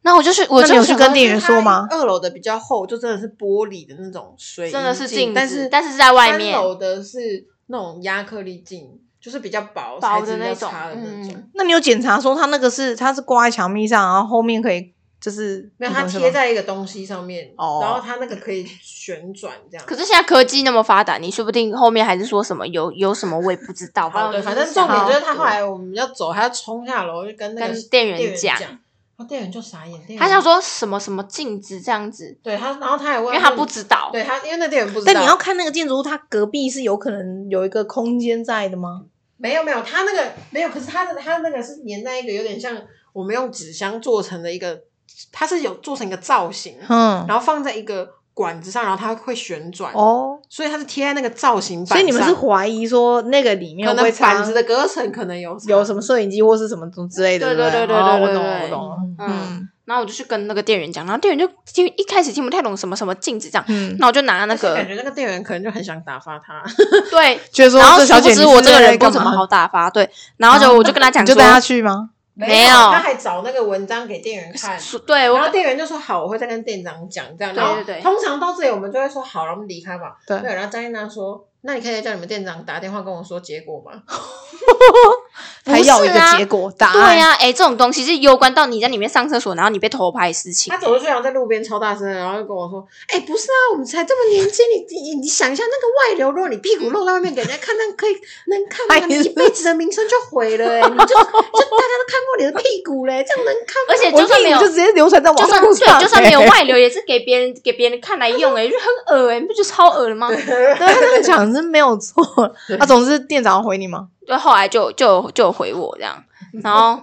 Speaker 2: 那我就去，我
Speaker 1: 那
Speaker 2: 就
Speaker 1: 你有去
Speaker 2: 想
Speaker 1: 跟
Speaker 2: 说
Speaker 1: 店员说吗
Speaker 3: 二楼的比较厚，就真的是玻璃的那种水银
Speaker 2: 真的是镜
Speaker 3: 镜，
Speaker 2: 子，
Speaker 3: 但是
Speaker 2: 但是在外面
Speaker 3: 三，楼的是那种压克力镜，就是比较
Speaker 2: 薄
Speaker 3: 薄材
Speaker 2: 的
Speaker 3: 质比较
Speaker 2: 那种
Speaker 3: 差的那种
Speaker 2: 嗯。
Speaker 1: 那你有检查说它那个是它是挂在墙壁上，然后后面可以嗯就是
Speaker 3: 没有，它
Speaker 1: 什么
Speaker 3: 贴在一个东西上面，
Speaker 1: 哦
Speaker 3: 然后它那个可以旋转这样。
Speaker 2: 可是现在科技那么发达，你说不定后面还是说什么有有什么我也不知道，
Speaker 3: [LAUGHS] 好，对，
Speaker 2: 正
Speaker 3: 反正重点
Speaker 2: 好
Speaker 3: 就是他后来我们要走，他要冲下楼就跟那个
Speaker 2: 跟店员
Speaker 3: 店员
Speaker 2: 讲
Speaker 3: 讲，然后店员就傻眼，店员
Speaker 2: 他想，说什么什么镜子这样子，
Speaker 3: 对他，然后他也问，
Speaker 2: 因为他不知道，嗯
Speaker 3: 对他，因为那店员不知道，
Speaker 1: 但你要看那个建筑物，它隔壁是有可能有一个空间在的吗？
Speaker 3: 没有没有，他那个没有，可是他的他那个是粘在一个有点像我们用纸箱做成的一个，它是有做成一个造型，
Speaker 1: 嗯，
Speaker 3: 然后放在一个管子上，然后它会旋转，
Speaker 1: 哦，
Speaker 3: 所以它是贴在那个造型板上，
Speaker 1: 所以你们是怀疑说那个里面
Speaker 3: 可
Speaker 1: 会不会
Speaker 3: 能板
Speaker 1: 藏
Speaker 3: 子的隔层可能有
Speaker 1: 有什么摄影机或是什么什么之类的？
Speaker 2: 对
Speaker 1: 对
Speaker 2: 对
Speaker 1: 不
Speaker 2: 对对
Speaker 1: 哦
Speaker 2: 对
Speaker 1: 我
Speaker 2: 对
Speaker 1: 懂
Speaker 2: 对
Speaker 1: 我懂，嗯
Speaker 2: 嗯然后我就去跟那个店员讲，然后店员就听一开始听不太懂什么什么镜子这样，
Speaker 1: 嗯，
Speaker 2: 那我就拿那
Speaker 3: 那个
Speaker 2: 个
Speaker 3: 感觉那个店员可能就很想打发他，
Speaker 2: 对，
Speaker 1: 觉得说
Speaker 2: 然后
Speaker 1: 这
Speaker 2: 殊
Speaker 1: 小
Speaker 2: 不
Speaker 1: 姐
Speaker 2: 知我这个人不怎么好打发，
Speaker 3: [LAUGHS]
Speaker 2: 对，然后
Speaker 3: 哦
Speaker 2: 就我就跟他讲
Speaker 1: 你
Speaker 2: 说
Speaker 1: 就带她去吗？
Speaker 2: 没有
Speaker 3: 他还找那个文章给店员看。
Speaker 2: 说对我
Speaker 3: 然后店员就说好，我会再跟店长讲这样。
Speaker 2: 对
Speaker 3: 然后
Speaker 2: 对嗯对
Speaker 3: 通常到这里我们就会说好，然后我们离开嘛。
Speaker 1: 对
Speaker 3: 没有，然后张丽娜说，那你可以再叫你们店长打电话跟我说结果吗？
Speaker 2: 不
Speaker 1: 还要一
Speaker 2: 是啊
Speaker 1: 个结果答案。
Speaker 2: 对呀、哎、这种东西是攸关到你在里面上厕所，然后你被偷拍的事情
Speaker 1: 啊
Speaker 3: 他。走出去，然后在路边超大声的，然后就跟我说，哎、不是啊，我们才这么年轻，你你你想一下那个外流，如果你屁股露在外面给人家看，那可以能看
Speaker 1: 哎
Speaker 3: 吗？你一辈子的名声就毁了、哎，你就就大家都看过你的屁股嘞，这样能看吗？ [LAUGHS]
Speaker 2: 而且
Speaker 1: 我
Speaker 2: 就算没有
Speaker 1: 屁股就直接流传在网
Speaker 2: 就算
Speaker 1: 络上、
Speaker 2: 对，就算没有外流，也是给别人给别人看来用、哎，就很恶哎、你不觉得超恶的吗？
Speaker 1: [LAUGHS] 对，啊他这样讲真没有错。啊，总之店长要回你吗？
Speaker 2: 就后来就就就有回我这样，
Speaker 1: [LAUGHS]
Speaker 2: 然后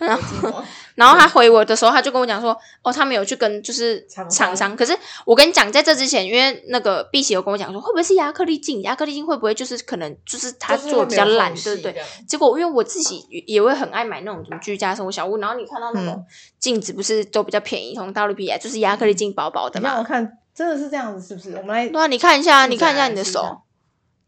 Speaker 2: 然后
Speaker 3: 后
Speaker 2: 然后他回我的时候，他就跟我讲说，哦，他没有去跟就是
Speaker 3: 厂商
Speaker 2: 厂商。可是我跟你讲，在这之前，因为那个碧玺有跟我讲说，会不会是亚克力镜？亚克力镜会不会就是可能就是他做的比较烂，对不对？结果因为我自己也
Speaker 1: 嗯
Speaker 2: 也会很爱买那种什么居家生活小物，然后你看到那种镜子不是都比较便宜，从大陆比来就是亚克
Speaker 1: 嗯
Speaker 2: 力镜薄薄的
Speaker 1: 你让我
Speaker 2: 嘛。啊
Speaker 1: 看，真的是这样子，是不是？我们来啊
Speaker 2: 对啊，你看一下，你看一下你的
Speaker 3: 是这样
Speaker 2: 手，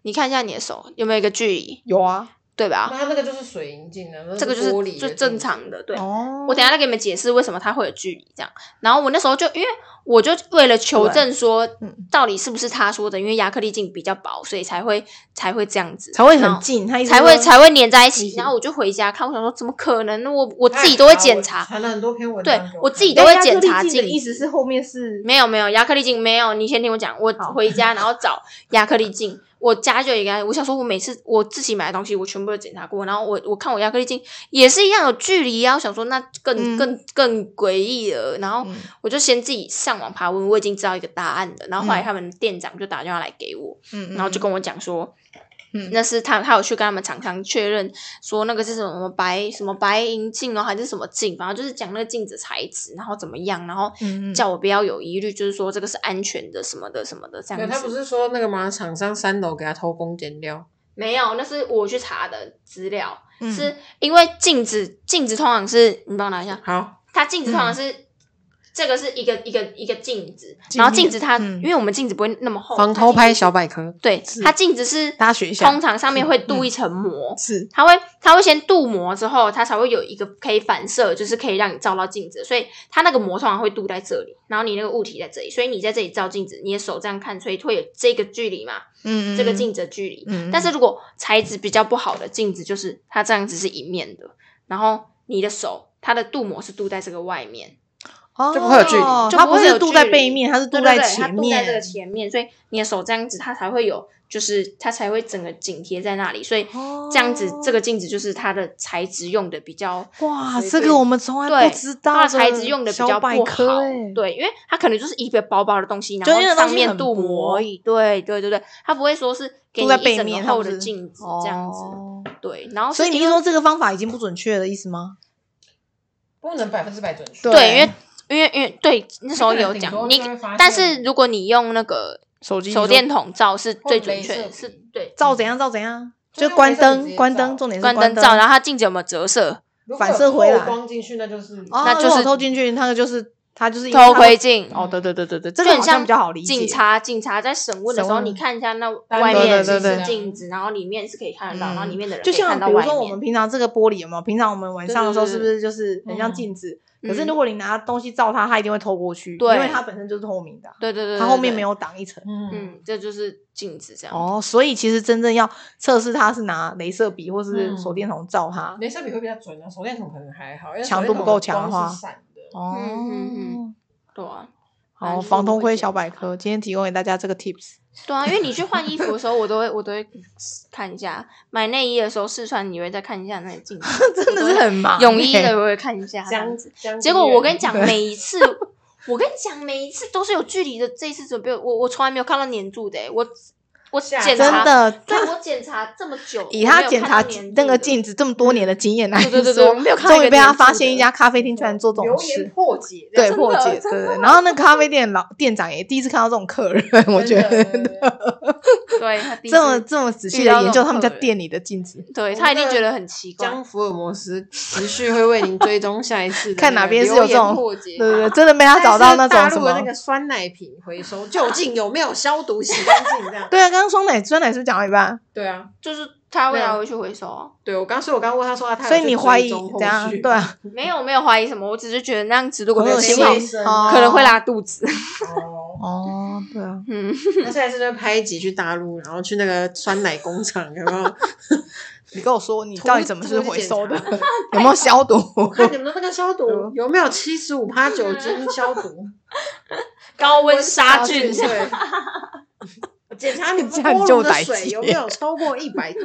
Speaker 2: 你看一下你的手有没有一个距离？
Speaker 1: 有啊，
Speaker 2: 对吧？
Speaker 3: 那它那个就是水银镜啊，那
Speaker 2: 这个就
Speaker 3: 玻
Speaker 2: 是
Speaker 3: 璃
Speaker 2: 就
Speaker 3: 的
Speaker 2: 正常的，对。
Speaker 1: 哦
Speaker 2: 我等一下再给你们解释为什么它会有距离这样。然后我那时候就因为我就为了求证说
Speaker 1: 嗯
Speaker 2: 到底是不是他说的，因为亚克力镜比较薄，所以才会才会这样子，
Speaker 1: 才会
Speaker 2: 然后
Speaker 1: 很近，他一直
Speaker 2: 才会
Speaker 1: 说
Speaker 2: 才会粘在一
Speaker 1: 嗯
Speaker 2: 起。然后我就回家看，我想说怎么可能？那我我自己都会检查，
Speaker 3: 哎传了很多篇文章
Speaker 2: 对
Speaker 3: 给看，
Speaker 2: 我自己
Speaker 1: 等
Speaker 2: 都
Speaker 1: 一
Speaker 2: 会
Speaker 1: 下
Speaker 2: 检
Speaker 1: 就哎立
Speaker 2: 查
Speaker 1: 即
Speaker 2: 镜
Speaker 1: 的意思是后面是
Speaker 2: 没有没有，亚克力镜没有。你先听我讲，我回家然后找亚克力镜。我家就有一个，我想说，我每次我自己买的东西，我全部都检查过。然后我我看我亚克力镜也是一样有距离啊，我想说那更、
Speaker 1: 嗯
Speaker 2: 更更诡异了。然后
Speaker 1: 嗯
Speaker 2: 我就先自己上网爬文，我已经知道一个答案了。然后后来他们店长就打电话来给我，
Speaker 1: 嗯，嗯
Speaker 2: 然后就跟我讲说，
Speaker 1: 嗯
Speaker 2: 那是他他有去跟他们厂商确认说那个是什么白什么白银镜哦，还是什么镜，反正就是讲那个镜子材质，然后怎么样，然后
Speaker 1: 嗯嗯
Speaker 2: 叫我不要有疑虑，就是说这个是安全的什么的什么的这
Speaker 3: 没有
Speaker 2: 样
Speaker 3: 他不
Speaker 2: 子。
Speaker 3: 是说那个吗？厂商三楼给他偷工减料，
Speaker 2: 没有，那是我去查的资料，
Speaker 1: 嗯
Speaker 2: 是因为镜子镜子通常是你帮我拿一下，
Speaker 3: 好，
Speaker 2: 它镜子
Speaker 1: 嗯
Speaker 2: 通常是。这个是一个一个一个镜子，
Speaker 1: 镜
Speaker 2: 然后镜
Speaker 1: 面
Speaker 2: 子它，
Speaker 1: 嗯
Speaker 2: 因为我们镜子不会那么厚，
Speaker 3: 防
Speaker 2: 它
Speaker 3: 偷
Speaker 2: 镜子
Speaker 3: 拍小百科，
Speaker 2: 对，它镜子是
Speaker 1: 大家嗯学一下
Speaker 2: 通常上面会镀一层膜，
Speaker 1: 是
Speaker 2: 它会它会先镀膜之后，它才会有一个可以反射，就是可以让你照到镜子，所以它那个膜通常会镀在这里，然后你那个物体在这里，所以你在这里照镜子，你的手这样看，所以会有这个距离嘛，
Speaker 1: 嗯
Speaker 2: 这个镜子的距离。
Speaker 1: 嗯嗯
Speaker 2: 但是如果材质比较不好的镜子，就是它这样子是一面的，然后你的手它的镀膜是镀在这个外面，
Speaker 3: 就不会有距离
Speaker 1: 哦
Speaker 2: 就
Speaker 1: 它
Speaker 2: 不
Speaker 1: 不
Speaker 2: 会
Speaker 1: 是
Speaker 2: 有
Speaker 1: 镀
Speaker 2: 距
Speaker 1: 在
Speaker 2: 离
Speaker 1: 背面，它是镀
Speaker 2: 对对对，它
Speaker 1: 前
Speaker 2: 镀在这个
Speaker 1: 面。
Speaker 2: 前面，所以你的手这样子，它才会有，就是它才会整个紧贴在那里，所以
Speaker 1: 哦
Speaker 2: 这样子、这个镜子就是它的材质用的比较。
Speaker 1: 哇，
Speaker 2: 所以
Speaker 1: 这
Speaker 2: 对
Speaker 1: 个我们从来
Speaker 2: 对
Speaker 1: 不知，道
Speaker 2: 它的材质用的比较
Speaker 1: 小
Speaker 2: 不
Speaker 1: 百科
Speaker 2: 好
Speaker 1: 欸，
Speaker 2: 对，因为它可能就是一个薄薄的东西，
Speaker 1: 就
Speaker 2: 然
Speaker 1: 因为
Speaker 2: 后
Speaker 1: 东
Speaker 2: 上
Speaker 1: 西
Speaker 2: 面
Speaker 1: 很
Speaker 2: 镀
Speaker 1: 薄
Speaker 2: 膜而已。对对对对，它不会说是
Speaker 1: 镀
Speaker 2: 给你
Speaker 1: 在
Speaker 2: 一
Speaker 1: 背
Speaker 2: 整
Speaker 1: 面
Speaker 2: 个
Speaker 1: 它
Speaker 2: 厚
Speaker 1: 不
Speaker 2: 的
Speaker 1: 是
Speaker 2: 镜子这样子。
Speaker 1: 哦
Speaker 2: 对，然后
Speaker 1: 所以
Speaker 2: 是
Speaker 1: 你
Speaker 2: 因
Speaker 1: 是
Speaker 2: 为
Speaker 1: 说这个方法已经不准确的意思吗？
Speaker 3: 不能百分之百准确。
Speaker 2: 对，因为因为因为对
Speaker 1: [LAUGHS]
Speaker 2: 那时候有
Speaker 3: 顶多
Speaker 2: 讲你
Speaker 3: 就会发，
Speaker 2: 但
Speaker 3: 现
Speaker 2: 是如果你用那个
Speaker 1: 手机
Speaker 2: 手电筒照是最准确
Speaker 3: 或
Speaker 2: 的，
Speaker 3: 者
Speaker 2: 是
Speaker 3: 镭射笔
Speaker 2: 对
Speaker 1: 照怎样照怎样，
Speaker 3: 就
Speaker 1: 就
Speaker 3: 用
Speaker 1: 关
Speaker 3: 镭射笔直
Speaker 1: 灯
Speaker 3: 接
Speaker 1: 关
Speaker 3: 照
Speaker 1: 灯，重点是
Speaker 2: 关灯照，然后它镜子有没有折射？
Speaker 3: 如果
Speaker 1: 反射回来
Speaker 3: 透光进去，那就是
Speaker 1: 哦
Speaker 2: 那
Speaker 1: 如
Speaker 2: 就
Speaker 1: 果
Speaker 2: 是
Speaker 1: 偷进去，那个就是它就是因为
Speaker 2: 偷
Speaker 1: 它
Speaker 2: 窥镜
Speaker 1: 哦，对对对对对，这个
Speaker 2: 就很
Speaker 1: 好像比较好理解。
Speaker 2: 警察警察在审问的时
Speaker 1: 审
Speaker 2: 候，
Speaker 1: 问
Speaker 2: 你看一下那
Speaker 3: 单
Speaker 2: 外
Speaker 1: 独
Speaker 2: 面
Speaker 1: 的对对
Speaker 2: 是
Speaker 1: 对
Speaker 2: 镜子，然后里面是可以看得到，
Speaker 1: 嗯
Speaker 2: 然后里面的人
Speaker 1: 就
Speaker 2: 可以
Speaker 1: 像
Speaker 2: 看到
Speaker 1: 比如
Speaker 2: 外
Speaker 1: 说我们
Speaker 2: 面。
Speaker 1: 平常这个玻璃有没有？平常我们晚上的时候是不是就是很像镜子？
Speaker 2: 嗯
Speaker 1: 可是如果你拿东西照它，它一定会透过去，
Speaker 2: 对
Speaker 1: 因为它本身就是透明的啊，
Speaker 2: 对对对，对
Speaker 1: 它后面没。
Speaker 2: 对
Speaker 1: 有挡一层。
Speaker 3: 嗯，
Speaker 2: 嗯，这就是镜子这样。
Speaker 1: 哦，所以其实真正要测试它是拿镭射笔或是
Speaker 3: 嗯
Speaker 1: 手电筒照它。
Speaker 3: 镭射笔会比较准啊，手电筒可能还好，因为
Speaker 1: 强
Speaker 3: 手
Speaker 1: 度
Speaker 3: 电
Speaker 1: 不
Speaker 3: 筒
Speaker 1: 够强的
Speaker 3: 光
Speaker 1: 话
Speaker 3: 是闪的。
Speaker 1: 哦，
Speaker 2: 嗯嗯对啊，
Speaker 1: 好，
Speaker 2: 反正就是
Speaker 1: 防
Speaker 2: 我
Speaker 1: 偷
Speaker 2: 会
Speaker 1: 窥
Speaker 2: 检
Speaker 1: 小百
Speaker 2: 查
Speaker 1: 科今天提供给大家这个
Speaker 2: [LAUGHS]
Speaker 1: tips。
Speaker 2: 对啊，因为你去换衣服的时候，我都会我都会看一下，买内衣的时候试穿，你会再看一下那个镜子，
Speaker 1: [LAUGHS] 真的是很忙欸，
Speaker 2: 泳衣的我会看一下这样子。
Speaker 3: 江
Speaker 2: 结果我跟你讲，
Speaker 1: 对
Speaker 2: 每
Speaker 1: [LAUGHS]
Speaker 2: 一次，我跟你讲，每一次都是有距离的。这一次准备，我我从来没有看到粘住的欸、我我
Speaker 3: 吓
Speaker 2: 检
Speaker 1: 真
Speaker 2: 查，
Speaker 1: 的，
Speaker 2: 对我检查这么久，
Speaker 1: 以他检查那个
Speaker 2: 镜，
Speaker 1: 镜子这么多年的经验来啊 [LAUGHS] 说，
Speaker 2: 对对对对我没有看到一
Speaker 1: 终于
Speaker 2: 个
Speaker 1: 被他
Speaker 2: 粘住
Speaker 1: 发
Speaker 2: 的
Speaker 1: 现一家咖啡厅居然做这种事。
Speaker 3: 破解，
Speaker 1: 对，
Speaker 2: 真
Speaker 1: 破
Speaker 2: 的
Speaker 1: 解，对
Speaker 2: 真
Speaker 1: 对。对然后那咖啡店老店长也第一次看到这种客人， [LAUGHS] 我觉得
Speaker 3: 得 [LAUGHS]
Speaker 2: 对，他第
Speaker 1: [LAUGHS]
Speaker 2: 一
Speaker 1: 这么
Speaker 2: 次
Speaker 1: 这么仔细
Speaker 2: 遇
Speaker 1: 的
Speaker 2: 到
Speaker 1: 研
Speaker 2: 这
Speaker 1: 究
Speaker 2: 种
Speaker 1: 他们家
Speaker 2: 客人
Speaker 1: 店里的镜子，
Speaker 2: 对
Speaker 3: 我
Speaker 2: 他一定
Speaker 3: 们的
Speaker 2: 觉得很奇怪
Speaker 3: 江。福尔摩斯持续会为您追踪下一次的
Speaker 1: 看哪边是有这
Speaker 3: 留言
Speaker 1: 种
Speaker 3: 破解
Speaker 1: 对对对，真的被他找到那种
Speaker 3: 但
Speaker 1: 什
Speaker 3: 是大陆的
Speaker 1: 么？
Speaker 3: 那。个酸奶瓶回收究竟有没有消毒洗干净这
Speaker 1: [LAUGHS]
Speaker 3: 样
Speaker 1: 对啊，刚刚酸奶酸奶是不是讲到一半？
Speaker 3: 对啊，
Speaker 2: 就是他会
Speaker 3: 没有
Speaker 2: 拿回去回收啊，
Speaker 3: 对我刚所以我刚问他说啊他有
Speaker 1: 所以你
Speaker 3: 去追
Speaker 1: 怀疑
Speaker 3: 踪后
Speaker 1: 怎样？
Speaker 3: 续
Speaker 1: 对啊，
Speaker 2: 没有没有怀疑什么，我只是觉得那样子如果没
Speaker 1: 很
Speaker 2: 有
Speaker 1: 恶
Speaker 2: 清
Speaker 1: 心
Speaker 2: 好，
Speaker 1: 哦
Speaker 2: 可能会拉肚子。
Speaker 3: 哦，
Speaker 1: 哦，对啊，
Speaker 2: [LAUGHS] 嗯，
Speaker 3: 那下一次就拍一集去大陆，然后去那个酸奶工厂，有
Speaker 1: [LAUGHS]
Speaker 3: 没有？
Speaker 1: 你跟我说你到底怎么
Speaker 3: 突
Speaker 1: 是
Speaker 3: 突击
Speaker 1: 回
Speaker 3: 检
Speaker 1: 收的
Speaker 3: 查？
Speaker 1: 有没有消毒？
Speaker 3: 我
Speaker 2: [LAUGHS]
Speaker 3: 看你们的那个消毒有没有七十五趴酒精消毒
Speaker 1: [LAUGHS]
Speaker 2: 高温杀菌，
Speaker 3: 对，
Speaker 1: [LAUGHS]
Speaker 3: 检查你们
Speaker 1: 这样
Speaker 3: 锅
Speaker 1: 就
Speaker 3: 炉的
Speaker 1: 逮
Speaker 3: 水
Speaker 1: 鸡
Speaker 3: 有没有超过一
Speaker 1: [LAUGHS]
Speaker 3: 百度？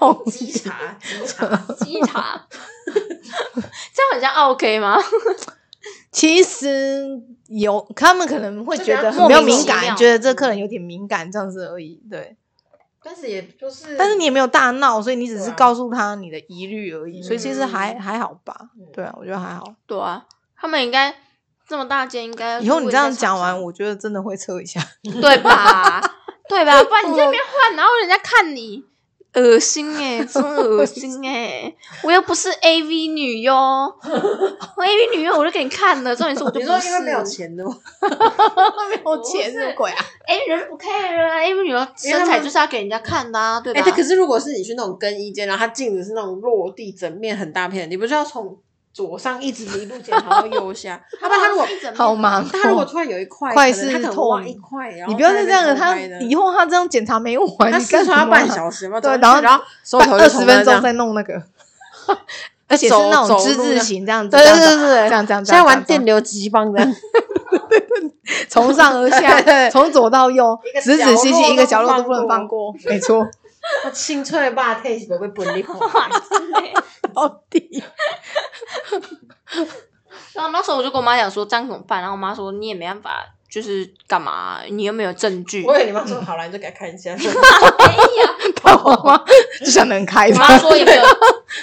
Speaker 1: 到底
Speaker 3: 稽查稽查， [LAUGHS]
Speaker 2: [LAUGHS] 稽查，这样很像 OK 吗？
Speaker 1: 其实有，他们可能会
Speaker 3: 这
Speaker 1: 觉
Speaker 3: 比
Speaker 1: 得
Speaker 3: 较
Speaker 1: 很没有
Speaker 2: 莫名
Speaker 1: 敏
Speaker 2: 其
Speaker 1: 感，
Speaker 2: 妙
Speaker 1: 觉得这客人有点敏感这样子而已。对，
Speaker 3: 但是也就是，
Speaker 1: 但是你也没有大闹，所以你只是
Speaker 3: 对啊
Speaker 1: 告诉他你的疑虑而已，所以其实
Speaker 2: 嗯
Speaker 1: 还还好吧
Speaker 3: 啊嗯。
Speaker 1: 对啊，我觉得还好。
Speaker 2: 对啊，他们应该这么大间，应该
Speaker 1: 以后你
Speaker 2: 问一
Speaker 1: 这
Speaker 2: 下
Speaker 1: 样讲
Speaker 2: 厂商
Speaker 1: 完，我觉得真的
Speaker 2: [LAUGHS]
Speaker 3: [LAUGHS]
Speaker 1: 会测一下。
Speaker 2: 对吧？对吧？不然你在那边换，然后人家看你，恶心 [LAUGHS] 哎、真恶心哎、我又不是 A V 女优，我 A V 女优我就给你看了，重点是我就
Speaker 3: 你
Speaker 2: 不
Speaker 3: 说
Speaker 2: 是
Speaker 3: 因为没有钱的吗？
Speaker 1: 没有钱什么鬼啊？
Speaker 2: A 人不 care 啊，A 女优身材就是要给人家看的啊，对吧？
Speaker 3: 哎、但可是如果是你去那种更衣间，然后它镜子是那种落地整面很大片，你不是要从左上一直一路检查到
Speaker 1: [LAUGHS]
Speaker 3: 右下？啊要不然它如果
Speaker 2: 一整面
Speaker 1: 好忙哦
Speaker 3: 它如果突然有一块，
Speaker 1: 块
Speaker 3: 可能
Speaker 1: 是
Speaker 3: 它可能
Speaker 1: 透
Speaker 3: 挖
Speaker 1: 明
Speaker 3: 一块，然后
Speaker 1: 你不要再
Speaker 3: 在那
Speaker 1: 这样了，
Speaker 3: 边
Speaker 1: 他
Speaker 3: 拍的
Speaker 1: 以后他这样检查没完，
Speaker 3: 他
Speaker 1: 你
Speaker 3: 四
Speaker 1: 干什么
Speaker 3: 川要半
Speaker 1: 啊？
Speaker 3: 小时嘛，
Speaker 1: 对
Speaker 3: 走
Speaker 1: 然后
Speaker 3: 然后手头
Speaker 1: 二十分钟再弄那个，而且是
Speaker 3: 走
Speaker 1: 那种
Speaker 3: 走
Speaker 1: 之
Speaker 3: 路
Speaker 1: 字
Speaker 3: 的
Speaker 1: 形这样子，
Speaker 3: 对对
Speaker 1: 这样
Speaker 3: 对
Speaker 1: 子
Speaker 3: 对对，
Speaker 1: 这样这样这样
Speaker 3: 现在玩
Speaker 1: 这样
Speaker 3: 电流激
Speaker 1: [LAUGHS]
Speaker 3: 棒的，
Speaker 1: 从上而
Speaker 3: 对
Speaker 1: 下，
Speaker 3: 对
Speaker 1: 从左到右
Speaker 3: 一个，
Speaker 1: 仔仔细
Speaker 3: 角落
Speaker 1: 细一个
Speaker 3: 都
Speaker 1: 角落
Speaker 3: 不
Speaker 1: 都不能
Speaker 3: 放
Speaker 1: 放过， [LAUGHS] 没错，
Speaker 3: 我清脆的把 taste 不会分你 [LAUGHS] 看
Speaker 1: 到底
Speaker 2: 然后那时候我就跟我妈讲说这样怎么办，然后我妈说你也没办法，就是干嘛？你又没有证据。哎
Speaker 3: 我以为你妈说好了，你就给他看一 [LAUGHS] 下， [LAUGHS]
Speaker 1: 爸爸妈妈就想得很开
Speaker 2: 我
Speaker 1: 的，
Speaker 2: 妈说也没有，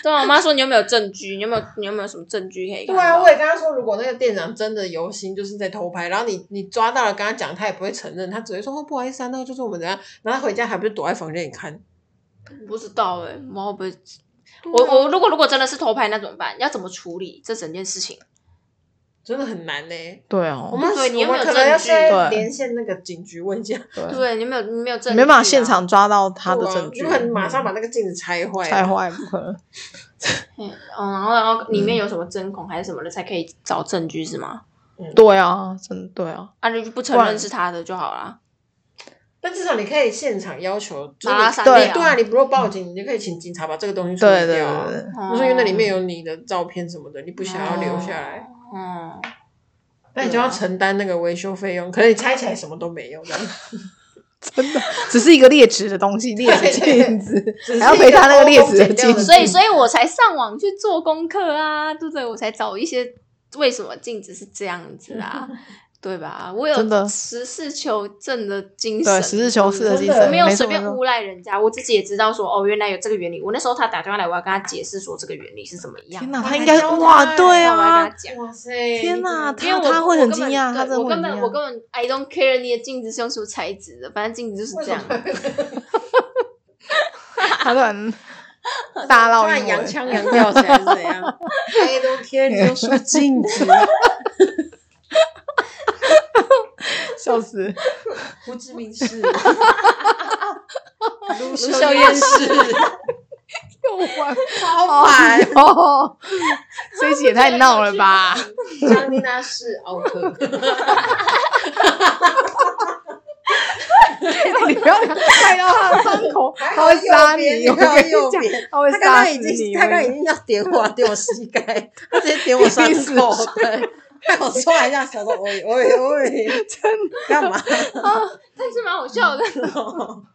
Speaker 2: 对啊，我妈说你有没有证据？你有没有你有没有什么证据可以看
Speaker 3: 对
Speaker 2: 到？
Speaker 3: 啊，我也跟他说，如果那个店长真的有心，就是在偷拍，然后你你抓到了，跟他讲，他也不会承认，他只会说哦不好意思啊，那个就是我们怎样，然后他回家还不是躲在房间里看。
Speaker 2: 不知道哎、我妈会不会？我我如果如果真的是偷拍，那怎么办？要怎么处理这整件事情？
Speaker 3: 真的很难呢、
Speaker 1: 对
Speaker 3: 我
Speaker 1: 哦，
Speaker 3: 们
Speaker 2: 对你
Speaker 3: 我
Speaker 2: 又没
Speaker 3: 们
Speaker 2: 有
Speaker 3: 可能要
Speaker 2: 证据
Speaker 3: 先
Speaker 1: 对
Speaker 3: 连线那个警局问一下，
Speaker 1: 对，
Speaker 2: 对，你没有你没有证据、啊，
Speaker 1: 没办法现。场抓到他的
Speaker 3: 对啊
Speaker 1: 证据，
Speaker 3: 你不可能马上把那个镜子拆坏。
Speaker 1: 太坏不可能，
Speaker 2: 嗯，哦然后然后里面有什么针孔还是什么的才可以找证据是吗？
Speaker 1: 对啊，真的对啊，
Speaker 2: 啊，你就不承认是他的就好啦。
Speaker 3: 但至少你可以现场要求，就是
Speaker 2: 把它
Speaker 3: 你
Speaker 2: 删
Speaker 1: 对
Speaker 2: 掉。
Speaker 3: 对啊，你不用报警，你就可以请警察把这个东西处
Speaker 1: 对
Speaker 3: 理
Speaker 1: 对
Speaker 3: 掉
Speaker 1: 对
Speaker 3: 啊。
Speaker 1: 对，
Speaker 2: 哦
Speaker 3: 就是因为那里面有你的照片什么的，你不想要留下来，。
Speaker 2: 哦，
Speaker 3: 那你就要承担那个维修费用。可能你拆起来什么都没有，这样
Speaker 1: 真的只是一个劣质的东西，劣质镜子，
Speaker 3: 只是
Speaker 1: 还要赔他那个劣质的
Speaker 3: 一个偷工减
Speaker 1: 镜
Speaker 3: 料的
Speaker 1: 子，
Speaker 2: 所以所以我才上网去做功课啊，对不对？我才找一些为什么镜子是这样子啊，对吧？我有
Speaker 1: 真的
Speaker 2: 实事求证的精神，
Speaker 1: 对，实事求是的精
Speaker 3: 真的
Speaker 1: 神，
Speaker 2: 我没有
Speaker 1: 没
Speaker 2: 随
Speaker 1: 错没
Speaker 2: 便
Speaker 1: 错，
Speaker 2: 诬赖人家，我自己也知道说哦，原来有这个原理。我那时候他打电话来，我要跟他解释说这个原理是怎么样。
Speaker 1: 天哪，
Speaker 3: 哇
Speaker 1: 他应该
Speaker 3: 还教
Speaker 1: 哇，
Speaker 3: 他
Speaker 1: 对
Speaker 2: 然后我要
Speaker 1: 啊
Speaker 2: 跟他，讲。
Speaker 3: 哇塞！天
Speaker 1: 天哪，
Speaker 2: 因为
Speaker 1: 他
Speaker 2: 我
Speaker 1: 他会很惊讶，他
Speaker 2: 我
Speaker 1: 真的
Speaker 2: 根本
Speaker 1: 会很惊
Speaker 2: 对我根本
Speaker 1: 讶，
Speaker 2: 我根本 I don't care 你的镜子是用什么材质的，反正镜子就是这样。
Speaker 1: 他都很大
Speaker 3: 突
Speaker 1: 闹
Speaker 3: 然
Speaker 1: 英
Speaker 3: 洋
Speaker 1: 文。
Speaker 3: 腔洋调起来是怎样？I don't care，你就说镜子，
Speaker 1: 笑死！
Speaker 3: 胡志明市，卢秀燕市，
Speaker 1: 又玩 [LAUGHS]
Speaker 3: 好烦。
Speaker 1: 哦，这一集也太闹了吧！
Speaker 3: 江丽娜是奥克，
Speaker 1: 你不要害到他的伤口，
Speaker 3: [LAUGHS] 还
Speaker 1: 他
Speaker 3: 好
Speaker 1: 会杀
Speaker 3: 右边
Speaker 1: 你！我
Speaker 3: 还好
Speaker 1: 跟你
Speaker 3: 右
Speaker 1: 讲
Speaker 3: 边，
Speaker 1: 他会
Speaker 3: 他刚
Speaker 1: 杀
Speaker 3: 刚
Speaker 1: 死
Speaker 3: 已经，
Speaker 1: 你！
Speaker 3: 他刚刚已经要点我，点我膝盖，他直接点我伤口，对。害我出来一下，想说喂喂喂，
Speaker 1: 真的
Speaker 3: 干嘛？ [LAUGHS] 哦
Speaker 2: 但是蛮好笑的。
Speaker 1: 嗯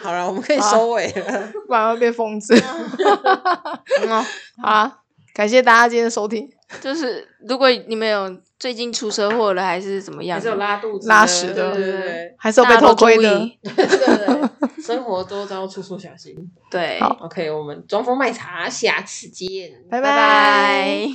Speaker 3: 好了，我们可以收尾了。
Speaker 1: 晚上被疯子
Speaker 3: [LAUGHS] 嗯哦
Speaker 1: [LAUGHS] 好啊！感谢大家今天的收听，
Speaker 2: 就是如果你们有最近出车祸了，还是怎么样
Speaker 3: 还是有拉肚子的、
Speaker 1: 拉屎的
Speaker 3: 对对对
Speaker 1: 还是有被偷窥的，
Speaker 2: [LAUGHS]
Speaker 3: 对对对，生活周遭处处小心。
Speaker 2: 对，
Speaker 1: 好
Speaker 3: OK，我们装疯卖傻，下次见，
Speaker 1: 拜
Speaker 2: 拜拜。